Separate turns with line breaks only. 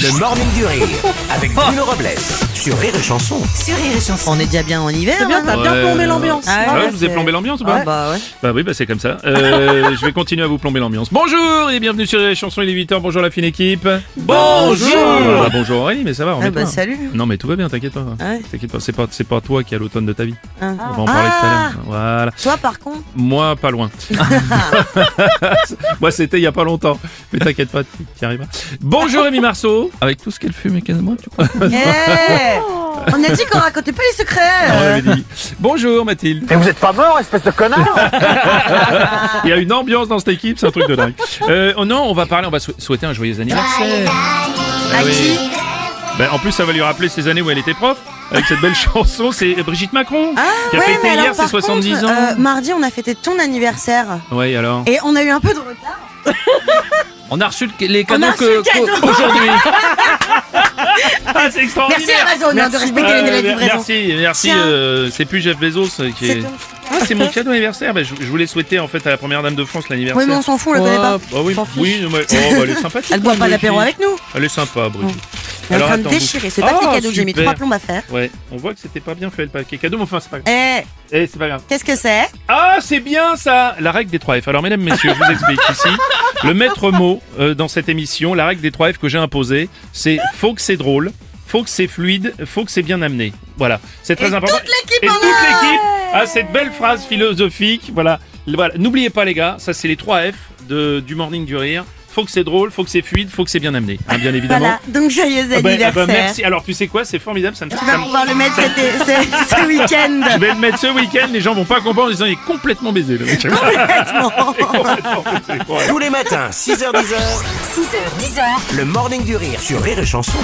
Le Morning du Rire, avec Bruno Robles, sur Rire et Chanson.
On est déjà bien en hiver.
C'est bien,
hein,
t'as
non
bien
Ouais.
plombé l'ambiance.
Ah
Ah
ouais,
ouais, je vous ai
c'est-
plombé l'ambiance ou
Ah
pas
bah ouais.
Bah oui, bah c'est comme ça. Euh, je vais continuer à vous plomber l'ambiance. Bonjour et bienvenue sur les chansons et les 8 heures. Bonjour la fine équipe. Bonjour. bonjour Aurélie, mais ça va, on
Ah
est
bah
bien.
salut.
Non mais tout va bien, t'inquiète pas.
Ah ouais.
T'inquiète pas, c'est pas c'est pas toi qui as l'automne de ta vie.
Hein.
On va en parler
Ah.
tout à l'heure. Voilà.
Toi par contre,
Moi, pas loin. Moi, c'était il y a pas longtemps. Mais t'inquiète pas, t'y arriveras. Bonjour Rémi Marceau. Avec tout ce qu'elle fume et qu'elle boit, tu crois
Eh, on a dit qu'on racontait pas les
On
secrets.
l'avait dit. Bonjour Mathilde.
Mais vous êtes pas mort, espèce de connard
Il y a une ambiance dans cette équipe, c'est un truc de dingue. Euh, oh non, on va parler, on va sou- souhaiter un joyeux anniversaire. Ah
À
oui.
qui
Ben, en plus, ça va lui rappeler ces années où elle était prof. Avec cette belle chanson, c'est Brigitte Macron qui a
Ah, Ouais,
fêté
mais alors,
hier ses
par
70
contre,
ans.
euh, mardi, on a fêté ton anniversaire
Ouais, alors.
et on a eu un peu de retard.
Ah, On a reçu les
cadeaux reçu que- le cadeau.
aujourd'hui. ah, c'est extraordinaire.
Merci Amazon hein, de respecter les
Euh,
délais de
mer-
livraison.
merci, merci.
Tiens.
euh, c'est plus Jeff Bezos euh, qui
C'est
est.
ton-
Ah, c'est mon cadeau anniversaire. Ben, je, je voulais souhaiter en fait à la première dame de France
Oui,
l'anniversaire.
mais on s'en fout, on le connaît pas.
Ah, bah oui,
On s'en fiche.
oui, mais- oh, bah, elle est sympathique.
Elle boit pas
Brigitte.
l'apéro avec nous.
Elle est sympa, Brigitte.
Elle est en train de
attends, bouge.
déchirer. C'est pas que les
Ah,
cadeaux que j'ai mis
super.
trois plombes à faire.
Ouais, on voit que c'était pas bien fait le paquet cadeau, mais enfin, c'est pas grave.
Eh,
Eh, c'est pas grave.
qu'est-ce que c'est
Ah, c'est bien ça La règle des 3F. Alors, mesdames, messieurs, je vous explique ici. Le maître mot euh, dans cette émission, la règle des 3F que j'ai imposée, c'est faut que c'est drôle, faut que c'est fluide, faut que c'est bien amené. Voilà, c'est très
Et
important.
toute l'équipe
Et
en
toute
a
l'équipe a cette belle phrase philosophique. Voilà, Voilà. n'oubliez pas les gars, ça c'est les 3F de, du Morning du Rire. Faut que c'est drôle, faut que c'est fluide, faut que c'est bien amené, hein, bien évidemment.
Voilà, donc joyeux
Ah bah- ah bah,
anniversaire.
merci. Alors, tu sais quoi, c'est formidable, ça me,
Tu
ça
vas
me-
pouvoir le mettre cet- ce ce
Je
week-end.
vais le mettre ce week-end, les gens vont pas comprendre en disant il est complètement baisé. le mec. Complètement baisé, ouais.
Tous les matins, 6h10,
6h, 10h,
le Morning du Rire sur Rire et Chanson.